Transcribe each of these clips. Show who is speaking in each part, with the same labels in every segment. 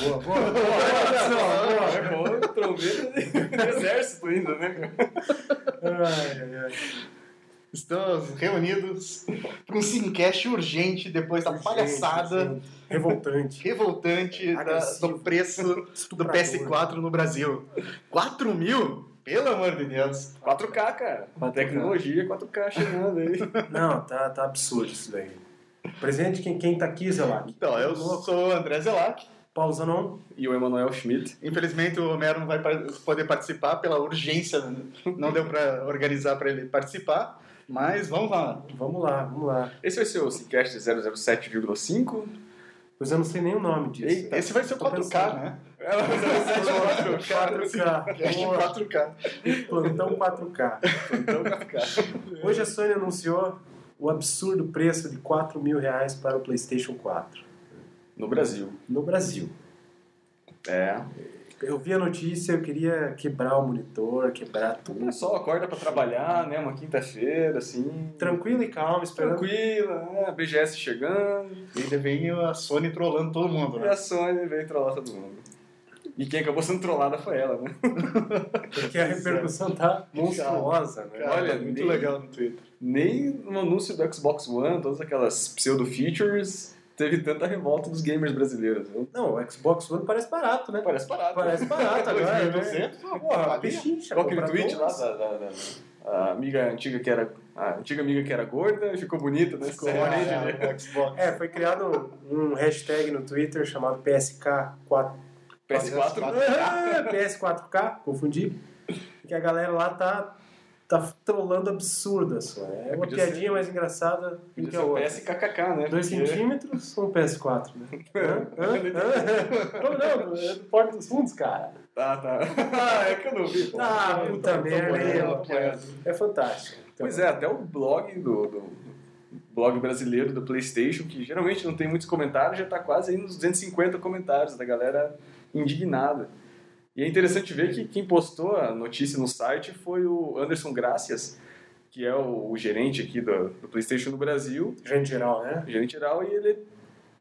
Speaker 1: Boa, boa.
Speaker 2: Não, não, trombeta exército ainda, né?
Speaker 1: Ai, ai, ai. Estamos reunidos para um simcast urgente depois da palhaçada
Speaker 2: Gente, assim, revoltante.
Speaker 1: revoltante da-
Speaker 2: Agressivo.
Speaker 1: do preço do
Speaker 2: Estuprador.
Speaker 1: PS4 no Brasil. 4 mil? Pelo amor de Deus.
Speaker 2: 4K, cara.
Speaker 3: 4K.
Speaker 2: Tecnologia 4K chegando aí.
Speaker 3: Não, tá, tá absurdo isso daí. Presente quem, quem tá aqui, sei lá.
Speaker 1: Então, eu sou o André Zelac.
Speaker 3: Pausa não.
Speaker 2: E o Emanuel Schmidt.
Speaker 1: Infelizmente o Homero não vai par- poder participar pela urgência, né? não deu para organizar para ele participar, mas vamos lá.
Speaker 3: Vamos lá, vamos lá.
Speaker 2: Esse vai ser o Simcast 007,5.
Speaker 3: Pois eu não sei nem o nome disso.
Speaker 2: Eita.
Speaker 1: Esse vai ser o
Speaker 3: Tô
Speaker 1: 4K,
Speaker 3: pensando.
Speaker 1: né?
Speaker 2: Ela vai ser o 4K.
Speaker 3: 4K.
Speaker 1: 4K.
Speaker 3: Porra, Plantão 4K.
Speaker 2: Então, 4K.
Speaker 3: Hoje a Sony anunciou o absurdo preço de 4 mil reais para o PlayStation 4
Speaker 2: No Brasil.
Speaker 3: no Brasil.
Speaker 2: É.
Speaker 3: Eu vi a notícia, eu queria quebrar o monitor, quebrar
Speaker 2: O
Speaker 3: tudo.
Speaker 2: pessoal acorda pra trabalhar, né? Uma quinta-feira, assim.
Speaker 3: Tranquilo e calmo, esperando.
Speaker 2: Tranquila, né? A BGS chegando.
Speaker 1: E ainda vem a Sony trolando todo mundo,
Speaker 2: E
Speaker 1: né?
Speaker 2: a Sony veio trollar todo mundo. E quem acabou sendo trollada foi ela, né?
Speaker 3: Porque a repercussão tá monstruosa, né?
Speaker 2: Cara,
Speaker 1: Olha,
Speaker 2: tá
Speaker 1: muito
Speaker 2: bem-
Speaker 1: legal no Twitter.
Speaker 2: Nem no anúncio do Xbox One, todas aquelas pseudo-features, teve tanta revolta dos gamers brasileiros. viu?
Speaker 3: Não, o Xbox One parece barato, né?
Speaker 2: Parece parado. é,
Speaker 3: Parece barato agora, né?
Speaker 1: 2.200,
Speaker 3: Porra,
Speaker 1: uma porrada.
Speaker 3: pechincha.
Speaker 2: Qual aquele
Speaker 3: compra
Speaker 2: tweet lá
Speaker 3: dois.
Speaker 2: da, da- da- a amiga antiga que era. A antiga amiga que era gorda, ficou bonita, né? Ficou
Speaker 1: Olha, o Xbox.
Speaker 3: É, foi criado um, um hashtag no Twitter chamado PSK4.
Speaker 2: PS4.
Speaker 3: Ah, PS4K, confundi. Que a galera lá tá, tá trolando absurda só. É uma
Speaker 2: Podia
Speaker 3: piadinha mais engraçada do
Speaker 2: Podia
Speaker 3: que
Speaker 2: ser um
Speaker 3: a outra.
Speaker 2: PSKKK, né?
Speaker 3: 2
Speaker 2: Porque-
Speaker 3: centímetros ou um PS4, né? Hã? Hã? Hã? Como não? É do Porta dos Fundos, cara.
Speaker 2: Tá, tá. Ah, é que eu não vi. pô.
Speaker 3: Ah,
Speaker 2: Eu
Speaker 3: puta
Speaker 2: tô- tô
Speaker 3: merda,
Speaker 2: olhando,
Speaker 3: hein,
Speaker 2: tô olhando.
Speaker 3: É fantástico. Então,
Speaker 2: Pois é, até o blog do, do- blog brasileiro do PlayStation, que geralmente não tem muitos comentários, já tá quase aí nos 250 comentários da galera indignada. E é interessante ver que quem postou a notícia no site foi o Anderson Gracias, que é o, o gerente aqui do, do PlayStation no Brasil,
Speaker 3: Gente geral, né?
Speaker 2: gerente geral, e ele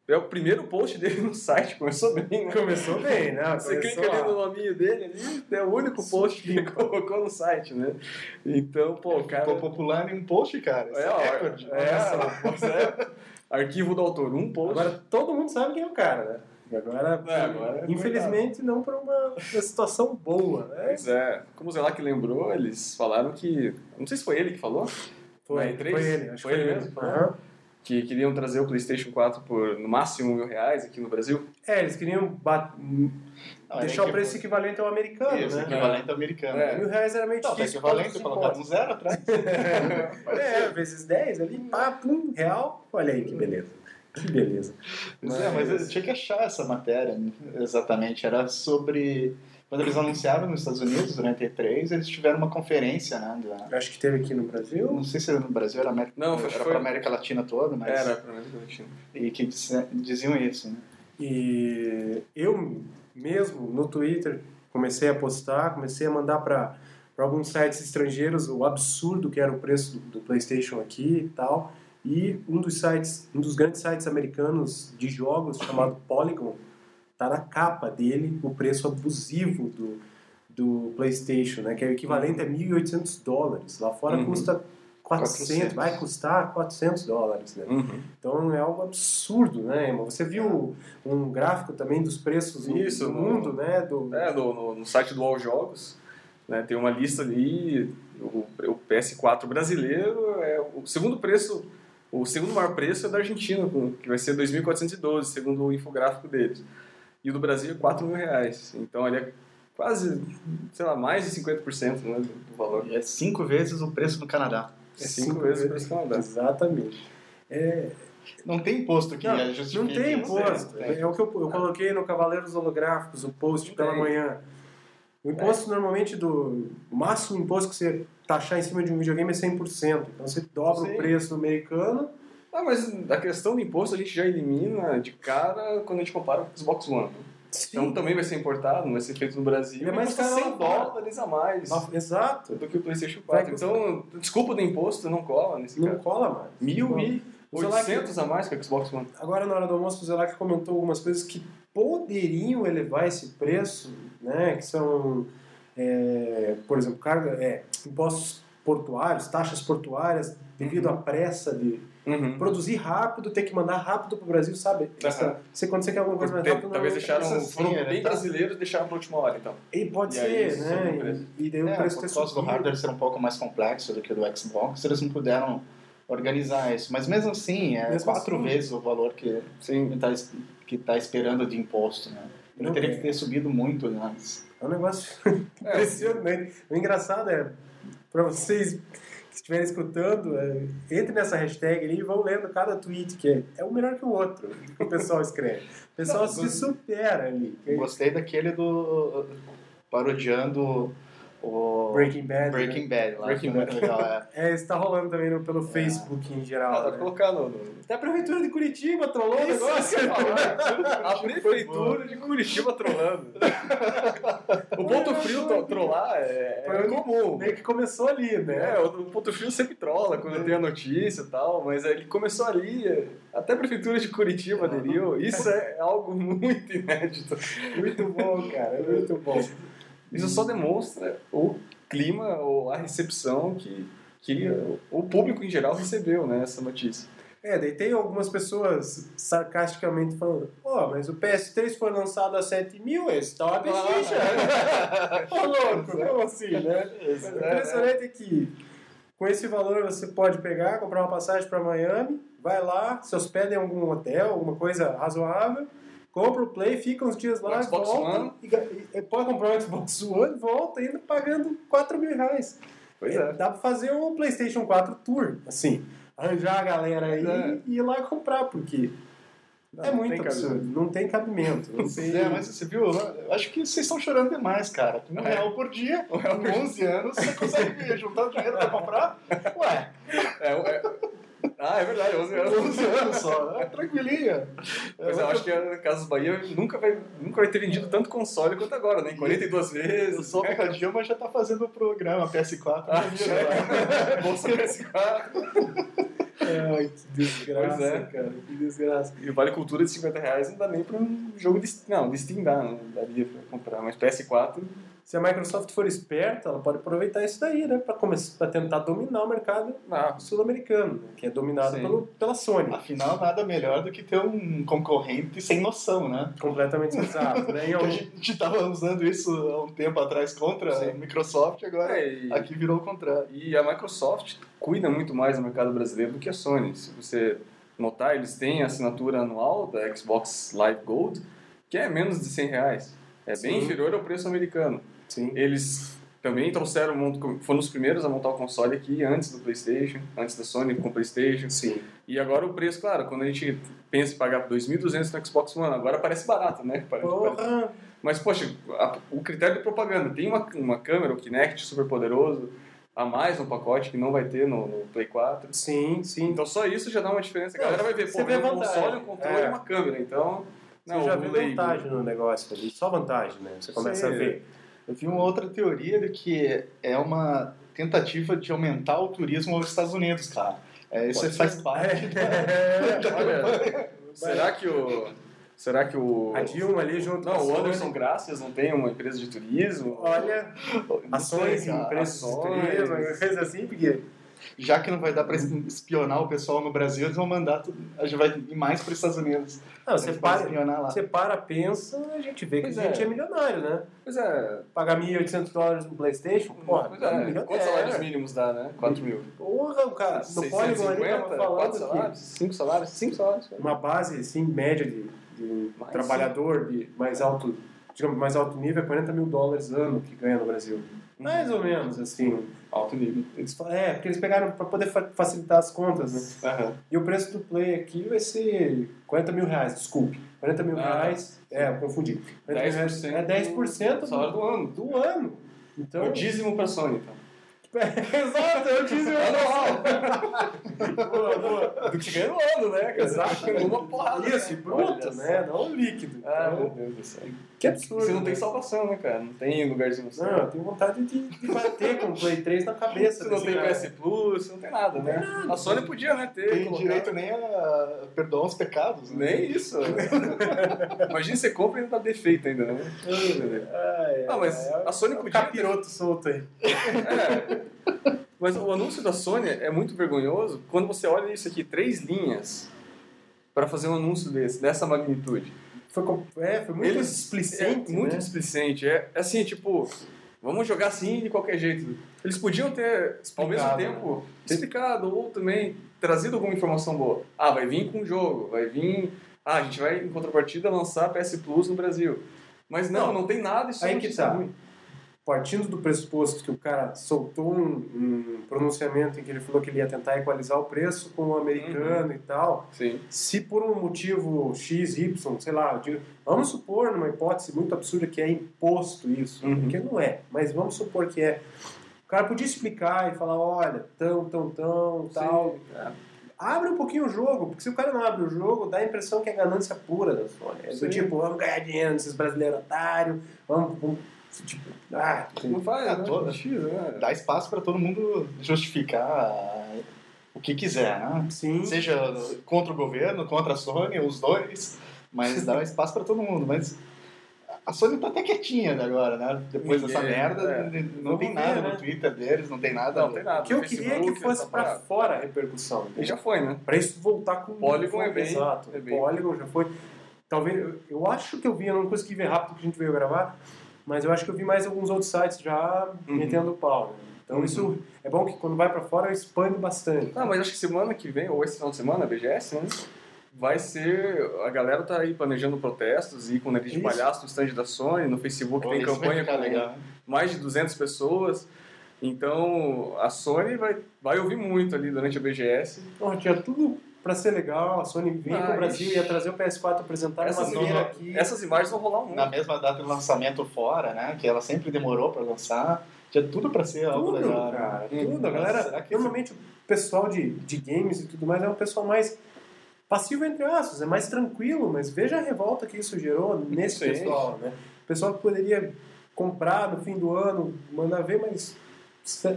Speaker 2: é o primeiro post dele no site, começou bem, né?
Speaker 3: Começou bem, né?
Speaker 2: Você
Speaker 3: Começou,
Speaker 2: clica ali
Speaker 3: ó.
Speaker 2: no nominho dele, ali, é o único post que ele colocou no site, né? Então, pô, o cara...
Speaker 1: Ficou popular em um post, cara. Isso
Speaker 2: É,
Speaker 1: é,
Speaker 2: ó,
Speaker 1: recorde.
Speaker 2: é, pois é. Arquivo do autor, um post.
Speaker 3: Agora todo mundo sabe quem é o cara, né? E Agora,
Speaker 2: É, agora é
Speaker 3: infelizmente, não para uma, uma situação boa, né?
Speaker 2: Pois é. Como o Zelac lembrou, eles falaram que. Não sei se foi ele que falou. Na E3?
Speaker 3: foi ele, acho
Speaker 2: Foi
Speaker 3: que
Speaker 2: ele mesmo?
Speaker 3: Aham.
Speaker 2: Que queriam trazer o PlayStation 4 por no máximo mil reais aqui no Brasil.
Speaker 3: É, eles queriam ba-
Speaker 1: Ah,
Speaker 3: deixar
Speaker 1: é
Speaker 3: o preço equivalente ao americano,
Speaker 1: Isso,
Speaker 3: né?
Speaker 1: equivalente americano.
Speaker 2: É.
Speaker 1: É.
Speaker 3: Mil reais era meio
Speaker 1: Não, tá
Speaker 3: difícil.
Speaker 1: equivalente,
Speaker 3: por
Speaker 1: colocar
Speaker 3: causa
Speaker 1: um
Speaker 3: dos
Speaker 1: zero atrás.
Speaker 3: impostos. É, vezes 10 ali, pá, pum, real. Olha aí que beleza. Que beleza.
Speaker 1: Pois é, mas eu tinha que achar essa matéria, né? exatamente. Era sobre. Quando eles anunciaram nos Estados Unidos, durante a E3, eles tiveram uma conferência, né? da-
Speaker 3: Eu Acho que teve aqui no
Speaker 1: Eu
Speaker 3: Brasil.
Speaker 1: não sei se era no Brasil, era, América,
Speaker 2: Não,
Speaker 1: era
Speaker 2: foi-
Speaker 1: pra América Latina toda, mas.
Speaker 2: Era, pra né? América Latina.
Speaker 1: E que disse- diziam isso, né?
Speaker 3: E eu mesmo no Twitter comecei a postar, comecei a mandar para alguns sites estrangeiros o absurdo que era o preço do, do PlayStation aqui e tal. E um dos sites, um dos grandes sites americanos de jogos chamado Polygon, tá na capa dele o preço abusivo do, do PlayStation, né, que é o equivalente a 1.800 dólares. Lá fora
Speaker 2: Uhum.
Speaker 3: custa 400,
Speaker 1: 400.
Speaker 3: vai custar 400 dólares, né?
Speaker 2: Uhum.
Speaker 3: Então é algo absurdo, né, irmão? Você viu um gráfico também dos preços do-
Speaker 2: Isso,
Speaker 3: do
Speaker 2: no-
Speaker 3: mundo, né? Do...
Speaker 2: É, no, no- no site do All Jogos. né, tem uma lista ali. O, o PS4 brasileiro é o segundo preço. O segundo maior preço é da Argentina, com- que vai ser 2.412, segundo o infográfico deles. E o do Brasil é 4 mil reais. Então ele é quase, sei lá, mais de 50% né, do do valor.
Speaker 1: E é cinco vezes o preço do Canadá.
Speaker 2: É cinco vezes o preço do Canadá.
Speaker 3: Exatamente. É,
Speaker 1: Não tem imposto que
Speaker 3: Não,
Speaker 1: é
Speaker 3: não
Speaker 1: justifique
Speaker 3: tem
Speaker 1: isso,
Speaker 3: imposto.
Speaker 1: né?
Speaker 3: É o que eu, eu coloquei no Cavaleiros Holográficos, o post
Speaker 2: Não
Speaker 3: pela
Speaker 2: tem.
Speaker 3: manhã. O imposto normalmente do o máximo imposto que você taxar em cima de um videogame é 100%. Então você dobra
Speaker 2: Sim.
Speaker 3: o preço do americano.
Speaker 2: Ah, mas a questão do imposto a gente já elimina de cara quando a gente compara com o Xbox One. Então também vai ser importado, não vai ser feito no Brasil.
Speaker 3: Ele é
Speaker 2: e
Speaker 3: mais
Speaker 2: custa
Speaker 3: caro
Speaker 2: 100
Speaker 3: lá fora.
Speaker 2: dólares a mais
Speaker 3: Nossa, Exato.
Speaker 2: do que o PlayStation
Speaker 3: Vai
Speaker 2: 4. Então, desculpa do imposto, não cola nesse
Speaker 3: Não
Speaker 2: cara.
Speaker 3: cola mais.
Speaker 2: Mil e
Speaker 3: Sei lá que-
Speaker 2: 800 a mais que o Xbox One.
Speaker 3: Agora, na hora do almoço, o Zelak comentou algumas coisas que poderiam elevar esse preço, né? Que são, é, por exemplo, carga, é, impostos portuários, taxas portuárias, devido à pressa de
Speaker 2: Uhum.
Speaker 3: produzir rápido, ter que mandar rápido para o Brasil, sabe? Essa- Você, quando você quer alguma coisa um mais né? rápida, não-
Speaker 2: Talvez deixaram, um-
Speaker 1: Essa sim,
Speaker 2: foram
Speaker 1: era
Speaker 2: bem
Speaker 1: tá-
Speaker 2: brasileiros e deixaram pra última hora, então.
Speaker 3: E pode
Speaker 2: E
Speaker 3: ser,
Speaker 2: aí, isso é um
Speaker 3: né?
Speaker 2: preço.
Speaker 3: E, e daí o
Speaker 1: É,
Speaker 3: preço
Speaker 1: por
Speaker 3: ter
Speaker 1: causa do
Speaker 3: subido.
Speaker 1: hardware ser um pouco mais complexo do que o do Xbox, eles não puderam organizar isso. Mas mesmo assim, é
Speaker 3: Mesmo
Speaker 1: quatro
Speaker 3: assim.
Speaker 1: vezes o valor que
Speaker 2: Sim.
Speaker 1: está que tá esperando de imposto, né? Ele
Speaker 3: Não
Speaker 1: teria
Speaker 3: é.
Speaker 1: que ter subido muito antes.
Speaker 3: É um negócio impressionante. O engraçado é, para vocês que estiverem escutando, é, entre nessa hashtag ali e vão lendo cada tweet, que é, é um melhor que o outro, que o pessoal escreve. O pessoal
Speaker 1: Não,
Speaker 3: se
Speaker 1: eu-
Speaker 3: supera ali.
Speaker 1: Gostei daquele do... parodiando o...
Speaker 3: Breaking Bad. né?
Speaker 1: Breaking Bad lá.
Speaker 2: Breaking
Speaker 1: Foi muito Legal, é.
Speaker 3: É, isso tá rolando também no- pelo Facebook em
Speaker 2: Ah, dá
Speaker 3: geral.
Speaker 2: pra
Speaker 3: né?
Speaker 2: colocar no... no-
Speaker 3: Da prefeitura de Curitiba, trollou o
Speaker 2: Isso,
Speaker 3: negócio.
Speaker 2: cara. A prefeitura de Curitiba trollando. O ponto frio tro- trollar é, é comum.
Speaker 3: Meio que começou ali, né?
Speaker 2: É, o o Ponto Frio sempre trola quando tem a notícia e tal, mas ele começou ali, é, até a Prefeitura de Curitiba aderiu. Isso é algo muito inédito.
Speaker 3: Muito bom, cara. é Muito bom.
Speaker 2: Isso só demonstra o clima ou a recepção que, que o público em geral recebeu, né, essa notícia.
Speaker 3: É, daí tem algumas pessoas sarcasticamente falando, pô, mas o PS3 foi lançado a 7 mil, esse tá
Speaker 2: Ah,
Speaker 3: uma bexiga.
Speaker 2: é,
Speaker 3: Ô louco, como assim, né? Mas O impressionante é que com esse valor você pode pegar, comprar uma passagem pra Miami, vai lá, se hospeda em algum hotel, alguma coisa razoável, compra o Play, fica uns dias lá,
Speaker 2: O Xbox
Speaker 3: volta,
Speaker 2: One.
Speaker 3: E, e- pode comprar o Xbox One, volta ainda pagando 4 mil reais.
Speaker 2: Pois é.
Speaker 3: Dá pra fazer um PlayStation 4 Tour, assim. Arranjar a galera aí
Speaker 2: É.
Speaker 3: e ir lá comprar, porque é
Speaker 2: não
Speaker 3: muito
Speaker 2: tem
Speaker 3: absurdo. Não tem cabimento. Não tem...
Speaker 1: É, mas você viu? Eu acho que vocês estão chorando demais, cara. Um
Speaker 2: É.
Speaker 1: real por dia, com 11 anos, você consegue juntar o dinheiro pra comprar? Ué,
Speaker 2: É, é- Ah, é verdade, 11 anos.
Speaker 1: 11 anos só, né? tranquilinha.
Speaker 2: Mas eu acho que a Casas Bahia nunca vai, nunca vai ter vendido tanto console quanto agora, né? 42
Speaker 1: Eu
Speaker 2: vezes.
Speaker 1: sou a Dilma já tá fazendo o programa PS4.
Speaker 2: Ah,
Speaker 1: né?
Speaker 2: já. é Bolsa PS4. É
Speaker 3: Ai, que desgraça,
Speaker 2: Pois é.
Speaker 3: cara. Que desgraça.
Speaker 2: E o Vale Cultura de 50 reais não dá nem pra um jogo de... Não, de Steam dá, não daria pra comprar. Mas PS4...
Speaker 3: Se a Microsoft for esperta, ela pode aproveitar isso daí, né? Pra, começar, pra tentar dominar o mercado
Speaker 2: Não.
Speaker 3: sul-americano, né, que é dominado
Speaker 2: Ah. Sim.
Speaker 3: pelo, pela Sony.
Speaker 1: Afinal, nada melhor do que ter um concorrente sem noção, né?
Speaker 3: é Completamente sensato, né? E
Speaker 1: Porque a
Speaker 3: algum-
Speaker 1: gente tava usando isso há um tempo atrás contra
Speaker 2: Sim.
Speaker 1: a Microsoft, agora
Speaker 2: É, e-
Speaker 1: aqui virou o contrário.
Speaker 2: E a Microsoft cuida muito mais do mercado brasileiro do que a Sony. Se você notar, eles têm a assinatura anual da Xbox Live Gold, que é menos de 100 reais. É
Speaker 3: Sim.
Speaker 2: bem inferior ao preço americano.
Speaker 3: Sim.
Speaker 2: Eles também trouxeram, um monte- foram os primeiros a montar o console aqui antes do PlayStation, antes da Sony com o PlayStation.
Speaker 3: Sim.
Speaker 2: E agora o preço, claro, quando a gente pensa em pagar 2.200 no Xbox One, agora parece barato, né? Parece-
Speaker 3: Porra!
Speaker 2: mas, poxa, a- o critério de propaganda. Tem uma, uma câmera, o Kinect super poderoso, a mais um pacote que não vai ter no, no Play 4.
Speaker 3: Sim, sim.
Speaker 2: Então só isso já dá uma diferença. A
Speaker 3: Não,
Speaker 2: galera vai ver,
Speaker 3: você
Speaker 2: pô,
Speaker 3: vê
Speaker 2: vê um
Speaker 3: vantagem.
Speaker 2: console, um controle e
Speaker 3: É.
Speaker 2: uma câmera. Então,
Speaker 3: você já
Speaker 2: o
Speaker 3: viu
Speaker 2: leigo-
Speaker 3: vantagem no negócio ali. Só vantagem, né? Você começa a
Speaker 1: Sim.
Speaker 3: ver.
Speaker 1: Eu vi uma outra teoria de que é uma tentativa de aumentar o turismo aos Estados Unidos, cara. É, isso
Speaker 2: Pode
Speaker 1: faz parte.
Speaker 2: tá-
Speaker 3: É.
Speaker 2: Olha, será que o... Será que o...
Speaker 3: A Dilma ali junto com a
Speaker 2: Não, o
Speaker 3: Sony.
Speaker 2: Anderson Graças não tem uma empresa de turismo?
Speaker 3: Olha,
Speaker 1: Não
Speaker 3: ações,
Speaker 1: sei, cara.
Speaker 3: empresas,
Speaker 2: ações.
Speaker 3: empresas, coisa assim, porque
Speaker 1: Já que não vai dar pra espionar o pessoal no Brasil, eles vão mandar tudo. A gente vai ir mais para os Estados Unidos.
Speaker 3: não,
Speaker 1: A
Speaker 3: você
Speaker 1: gente vai
Speaker 3: para,
Speaker 1: espionar lá.
Speaker 3: você para, pensa, a gente vê que
Speaker 2: Pois
Speaker 3: a gente
Speaker 2: é.
Speaker 3: assim, é milionário, né?
Speaker 2: Pois é.
Speaker 3: Pagar 1.800 dólares no Playstation, porra,
Speaker 2: pois é.
Speaker 3: milionário.
Speaker 2: Quantos salários mínimos dá, né? 4 mil.
Speaker 3: Porra, o cara, no Polygon ali tava
Speaker 2: 650, quatro
Speaker 3: falando
Speaker 2: salários,
Speaker 3: que
Speaker 2: 5 salários, 5 salários. cara.
Speaker 3: uma base, assim, média de, de
Speaker 2: Mais
Speaker 3: trabalhador de mais alto, digamos, mais alto nível é 40 mil dólares ano que ganha no Brasil. Mais ou menos, assim.
Speaker 2: Alto nível.
Speaker 3: Eles falam, é, porque eles pegaram para poder fa- facilitar as contas, né? E o preço do play aqui vai ser 40 mil reais, desculpe. 40 mil
Speaker 2: Ah, tá.
Speaker 3: reais, é, eu confundi. 40 mil reais
Speaker 2: 10%
Speaker 3: é 10%
Speaker 2: do salário
Speaker 3: do,
Speaker 2: do ano.
Speaker 3: do ano. Então,
Speaker 2: o dízimo pra Sony, então.
Speaker 3: Exato, é eu disse o
Speaker 2: Boa, boa. Do que ganha no ano, né? cara?
Speaker 3: Exato.
Speaker 2: Uma porrada.
Speaker 3: Isso, e
Speaker 2: né?
Speaker 3: bruto,
Speaker 2: Olha só.
Speaker 3: né? Não líquido.
Speaker 2: Ah,
Speaker 3: Então,
Speaker 2: meu Deus do céu.
Speaker 3: que absurdo.
Speaker 2: Você não tem
Speaker 3: né?
Speaker 2: salvação, né, cara? Não tem lugarzinho pra
Speaker 3: Não, eu tenho vontade de, de bater com o Play 3 na cabeça.
Speaker 2: Você não
Speaker 3: desse
Speaker 2: tem
Speaker 3: cara.
Speaker 2: PS Plus, você não tem nada, né? A Sony podia, né, ter
Speaker 1: Tem
Speaker 2: colocado.
Speaker 1: direito nem a perdoar os pecados, né?
Speaker 2: Nem isso. né? Imagina você compra e ainda tá defeito ainda, né?
Speaker 3: Ai,
Speaker 2: Ah, mas
Speaker 3: ai, ai.
Speaker 2: a Sony
Speaker 3: É um
Speaker 2: podia-
Speaker 3: capiroto solto aí.
Speaker 2: Mas o anúncio da Sony é muito vergonhoso quando você olha isso aqui, três linhas, pra fazer um anúncio desse, dessa magnitude.
Speaker 3: Foi, com- é, foi muito
Speaker 2: Eles-
Speaker 3: explicente,
Speaker 2: é muito
Speaker 3: né?
Speaker 2: displicente. É é assim, tipo, vamos jogar assim de qualquer jeito. Eles podiam ter, ao mesmo
Speaker 3: Explicado, né?
Speaker 2: tempo, explicado ou também trazido alguma informação boa. Ah, vai vir com o jogo, vai vir. Ah, a gente vai, em contrapartida, lançar PS Plus no Brasil. Mas não, não, tem nada, isso
Speaker 3: aí
Speaker 2: é
Speaker 3: que
Speaker 2: notícia
Speaker 3: tá.
Speaker 2: ruim.
Speaker 3: Partindo do pressuposto que o cara soltou um, um pronunciamento em que ele falou que ele ia tentar equalizar o preço com o americano e tal,
Speaker 2: Sim.
Speaker 3: se por um motivo X, Y, sei lá, de- vamos supor numa hipótese muito absurda que é imposto isso,
Speaker 2: Uhum.
Speaker 3: porque não é, mas vamos supor que é. O cara podia explicar e falar, olha, tão, tão, tão, tal.
Speaker 2: Sim. Ah,
Speaker 3: Abre um pouquinho o jogo, porque se o cara não abre o jogo, dá a impressão que é ganância pura da Sony. É
Speaker 2: Sim.
Speaker 3: do tipo, vamos ganhar dinheiro nesses brasileiros otários, vamos... vamos tipo, ah,
Speaker 2: Não faz,
Speaker 1: Ah,
Speaker 2: né?
Speaker 1: toda.
Speaker 2: Justiça, né?
Speaker 1: Dá espaço pra todo mundo justificar o que quiser, né?
Speaker 3: sim.
Speaker 1: Seja contra o governo, contra a Sony, os dois, mas dá espaço pra todo mundo. Mas a Sony tá até quietinha agora, né? Depois dessa
Speaker 2: Ninguém,
Speaker 1: merda,
Speaker 2: é.
Speaker 1: não
Speaker 3: Vamos ver,
Speaker 1: tem nada
Speaker 3: né?
Speaker 1: no Twitter deles, não tem nada.
Speaker 2: Não, tem nada.
Speaker 3: O que eu
Speaker 2: No
Speaker 3: queria é
Speaker 2: Facebook,
Speaker 3: que fosse
Speaker 2: essa
Speaker 3: pra
Speaker 2: parada.
Speaker 3: fora a repercussão. entendeu?
Speaker 2: E já foi, né?
Speaker 3: Pra isso voltar com
Speaker 2: Polygon é bem-
Speaker 3: Exato.
Speaker 2: é bem-
Speaker 3: Polygon já foi. Talvez. eu- Eu acho que eu vi, eu não consegui ver rápido que a gente veio gravar, mas eu acho que eu vi mais alguns outros sites já
Speaker 2: Uhum.
Speaker 3: metendo o pau. né? Então
Speaker 2: Uhum.
Speaker 3: isso é bom que quando vai pra fora eu expando bastante.
Speaker 2: Ah, mas acho que semana que vem, ou esse final de semana, a BGS, né? Vai ser. A galera tá aí planejando protestos e com nariz de
Speaker 3: Isso.
Speaker 2: palhaço no stand da Sony, no Facebook
Speaker 1: Pô,
Speaker 2: tem
Speaker 1: isso vai
Speaker 2: campanha
Speaker 1: ficar
Speaker 2: com
Speaker 1: legal.
Speaker 2: mais de 200 pessoas. Então a Sony vai, vai ouvir muito ali durante a BGS.
Speaker 3: Então, tinha tudo pra ser legal, a Sony vem pro
Speaker 2: Mas-
Speaker 3: Brasil ia trazer o PS4 apresentar
Speaker 2: Essas,
Speaker 3: uma feira
Speaker 2: ima-
Speaker 3: aqui.
Speaker 1: É
Speaker 2: essas imagens vão
Speaker 3: É.
Speaker 2: rolar muito.
Speaker 1: Na mesma data de lançamento fora, né? Que ela sempre demorou pra lançar. Tinha tudo pra ser algo
Speaker 3: Tudo,
Speaker 1: legal. né?
Speaker 3: cara.
Speaker 2: Hum,
Speaker 3: Tudo. A
Speaker 1: nossa,
Speaker 3: galera,
Speaker 1: será que
Speaker 3: normalmente o pessoal de, de games e tudo mais é um pessoal mais passivo, entre aspas, é mais tranquilo, mas veja a revolta que isso gerou nesse
Speaker 2: Sim.
Speaker 3: pessoal, né? O pessoal que poderia comprar no fim do ano, mandar ver, mas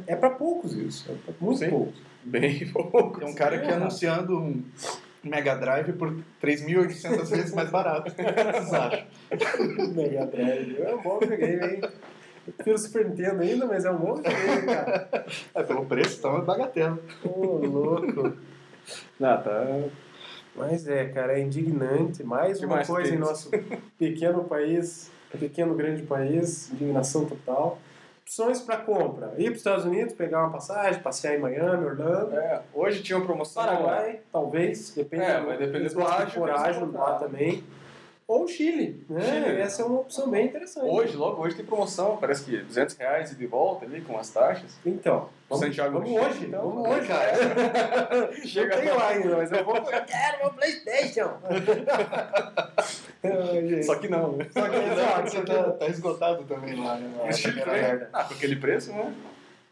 Speaker 3: é pra poucos isso. É pra muito
Speaker 2: Sim.
Speaker 3: poucos.
Speaker 2: Bem pouco.
Speaker 1: Tem um cara que
Speaker 3: Porra.
Speaker 1: anunciando um Mega Drive por 3.800 vezes mais barato. O que vocês acham?
Speaker 3: Mega Drive. É um bom videogame, hein? Eu prefiro o Super Nintendo ainda, mas é um bom videogame, cara.
Speaker 1: É, pelo preço, então é bagatela.
Speaker 3: Ô, louco.
Speaker 2: Ah, tá.
Speaker 3: Mas é, cara, é indignante. Mais
Speaker 2: Que
Speaker 3: uma
Speaker 2: mais
Speaker 3: coisa
Speaker 2: tem?
Speaker 3: em nosso pequeno país, pequeno grande país, indignação total. Opções para compra. Ir para os Estados Unidos, pegar uma passagem, passear em Miami, Orlando.
Speaker 2: É, hoje tinha uma promoção.
Speaker 3: Paraguai, talvez, depende
Speaker 2: É, vai depender do ágio que
Speaker 3: coragem
Speaker 2: eles
Speaker 3: lá
Speaker 2: encontrarem.
Speaker 3: também. Ou Chile, né?
Speaker 2: Chile.
Speaker 3: Essa é uma opção bem interessante.
Speaker 2: Hoje, logo hoje tem promoção, parece que 200 reais e de volta ali com as taxas.
Speaker 3: Então, vamos,
Speaker 2: Santiago do
Speaker 3: vamos
Speaker 2: Chile,
Speaker 3: hoje,
Speaker 2: então.
Speaker 3: vamos hoje, cara.
Speaker 2: Chega
Speaker 3: Chega tenho lá ainda, mas eu vou. Eu quero meu Playstation! Ai, gente.
Speaker 2: Só que não, né?
Speaker 1: É
Speaker 3: Só que
Speaker 1: Não,
Speaker 3: exato,
Speaker 1: isso tá, tá esgotado também lá, né? lá,
Speaker 2: Esse tipo
Speaker 1: primeira
Speaker 2: de-
Speaker 1: merda.
Speaker 2: Ah, com aquele preço, né?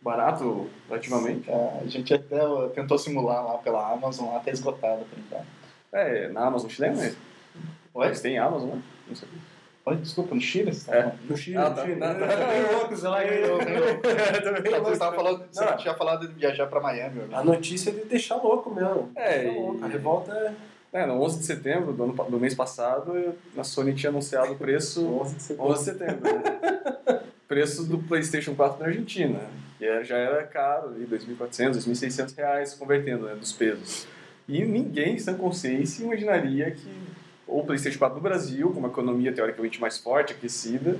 Speaker 2: Barato, relativamente.
Speaker 1: É, a gente até ó, tentou simular lá pela Amazon, lá tá esgotado por enquanto.
Speaker 2: É, na Amazon chilena, né?
Speaker 1: Oi?
Speaker 2: Eles têm Amazon, né? Não sei.
Speaker 1: Oi, desculpa, no Chile? né? Você tá
Speaker 2: É.
Speaker 1: falando?
Speaker 3: No Chile,
Speaker 2: Ah,
Speaker 3: no
Speaker 2: tá.
Speaker 3: Chile.
Speaker 2: Tá, tá.
Speaker 3: Tá bem louco, sei lá, eu-
Speaker 1: Eu- eu-
Speaker 3: tá bem
Speaker 1: Você
Speaker 3: louco.
Speaker 1: estava falando, você
Speaker 3: Não.
Speaker 1: tinha falado de viajar pra Miami, né?
Speaker 3: A notícia é de deixar louco mesmo.
Speaker 2: É,
Speaker 3: Deixar
Speaker 2: e-
Speaker 3: louco. A revolta é
Speaker 2: É, no 11 de setembro do, ano, pa- do mês passado, eu- a Sony tinha anunciado o preço
Speaker 3: 11 é de setembro.
Speaker 2: 11 de setembro, né? Preço do PlayStation 4 na Argentina, que é- já era caro, ali, 2.400, 2.600 reais, convertendo, né, dos pesos. E ninguém, sem consciência, imaginaria que ou o PlayStation 4 no Brasil, com uma economia teoricamente mais forte, aquecida,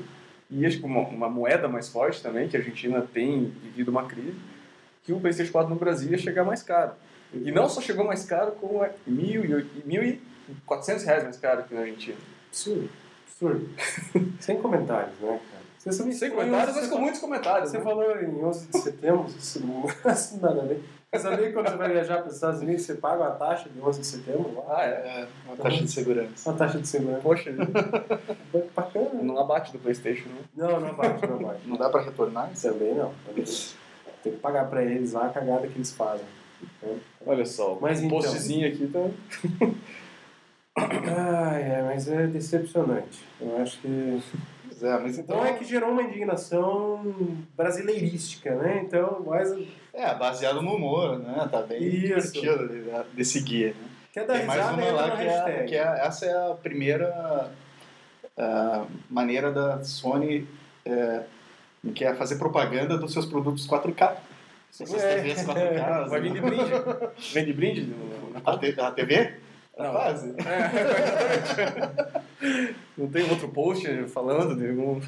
Speaker 2: e acho que uma, uma moeda mais forte também, que a Argentina tem vivido uma crise, que o PlayStation 4 no Brasil ia chegar mais caro. E não só chegou mais caro, como é 1.400 reais mais caro que na Argentina.
Speaker 3: Absurdo. Absurdo. Sem comentários, né, cara? Você sabe
Speaker 2: Sem comentários, mas com muitos comentários.
Speaker 3: Você
Speaker 2: né?
Speaker 3: falou em 11 de setembro, isso não isso não nada a ver. Você sabia que quando você vai viajar para os Estados Unidos, você paga uma taxa de 11 de setembro lá?
Speaker 2: Ah, é.
Speaker 1: É, uma taxa de segurança.
Speaker 3: Uma taxa de é segurança.
Speaker 2: Poxa,
Speaker 3: Bacana. é
Speaker 2: não abate do PlayStation, né?
Speaker 3: Não, não abate, não abate.
Speaker 1: Não dá pra retornar isso?
Speaker 3: Também não. Tem que pagar pra eles lá a cagada que eles fazem.
Speaker 2: Olha só,
Speaker 3: Mas
Speaker 2: um
Speaker 3: então-
Speaker 2: postzinho aqui tá.
Speaker 3: Ah, é, mas é decepcionante. Eu acho que.
Speaker 1: Pois é, mas então.
Speaker 3: Então é que gerou uma indignação brasileirística, né? Então, mas
Speaker 1: É, baseado no humor, né? Tá bem
Speaker 3: Isso.
Speaker 1: divertido de, de seguir. né?
Speaker 3: quer dar
Speaker 1: Tem mais
Speaker 3: risada
Speaker 1: uma
Speaker 3: entra
Speaker 1: lá
Speaker 3: na
Speaker 1: que, é,
Speaker 3: hashtag.
Speaker 1: que é, essa é a primeira ah, maneira da Sony é, que é fazer propaganda dos seus produtos 4K. Se vocês
Speaker 3: É.
Speaker 1: TVs 4K,
Speaker 2: Ah, Vai vir de brinde. Vem de brinde? no-
Speaker 1: assim, né? a, te- a TV?
Speaker 2: Não.
Speaker 1: Quase.
Speaker 2: Não tem outro post falando de algum.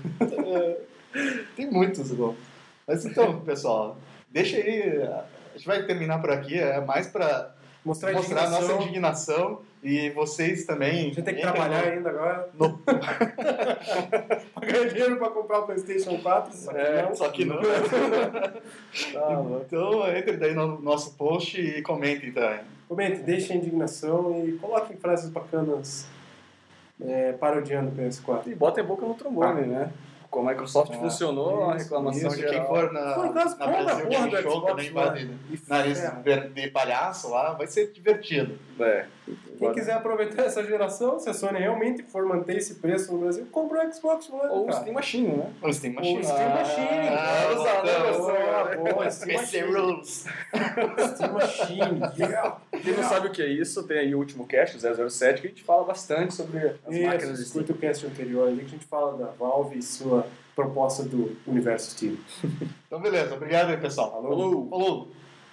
Speaker 1: Tem muitos, bom. Mas então, pessoal, deixa aí. A gente vai terminar por aqui, é mais pra
Speaker 3: Mostrar a
Speaker 1: mostrar a
Speaker 3: indignação.
Speaker 1: nossa indignação e vocês também.
Speaker 3: A gente tem que
Speaker 1: entrem
Speaker 3: trabalhar
Speaker 1: no-
Speaker 3: ainda agora. Pagar dinheiro pra comprar o PlayStation 4, só que
Speaker 1: É,
Speaker 3: não.
Speaker 1: só que não.
Speaker 2: Ah,
Speaker 1: então, entre daí no nosso post e então, comentem também.
Speaker 3: Comente, deixe a indignação e coloque frases bacanas é, parodiando o PS4.
Speaker 2: E bota a boca no trombone, né? Como a Microsoft
Speaker 1: Ah,
Speaker 2: funcionou, a
Speaker 3: isso,
Speaker 2: reclamação
Speaker 1: Isso,
Speaker 2: geral.
Speaker 1: quem for na,
Speaker 3: Foi quase
Speaker 1: na
Speaker 3: toda a
Speaker 1: Brasil
Speaker 3: então porra
Speaker 1: Game
Speaker 3: do
Speaker 1: Show,
Speaker 3: Xbox É.
Speaker 1: também vai de
Speaker 3: E
Speaker 1: nariz
Speaker 3: ferra.
Speaker 1: ver- de palhaço lá, vai ser divertido.
Speaker 2: É.
Speaker 3: Quem quiser aproveitar essa geração, se a Sony realmente for manter esse preço no Brasil, compra o Xbox One.
Speaker 2: Ou o
Speaker 3: cara.
Speaker 2: Steam Machine, né?
Speaker 1: Ou Steam
Speaker 3: Ou
Speaker 1: Machine.
Speaker 3: Steam Machine.
Speaker 1: Ah,
Speaker 3: Vamos lá,
Speaker 1: botão.
Speaker 3: né, pessoal? Boa, Steam
Speaker 1: PC
Speaker 3: Machine.
Speaker 1: Rules.
Speaker 3: Steam Machine. Yeah.
Speaker 2: Quem não sabe o que é isso, tem aí o último cast, o 007, que a gente fala bastante sobre as máquinas
Speaker 3: Isso,
Speaker 2: de Steam.
Speaker 3: escuta o cast anterior ali que a gente fala da Valve e sua proposta do universo Steam.
Speaker 1: Então, beleza. Obrigado aí, pessoal.
Speaker 2: Falou!
Speaker 1: Falou.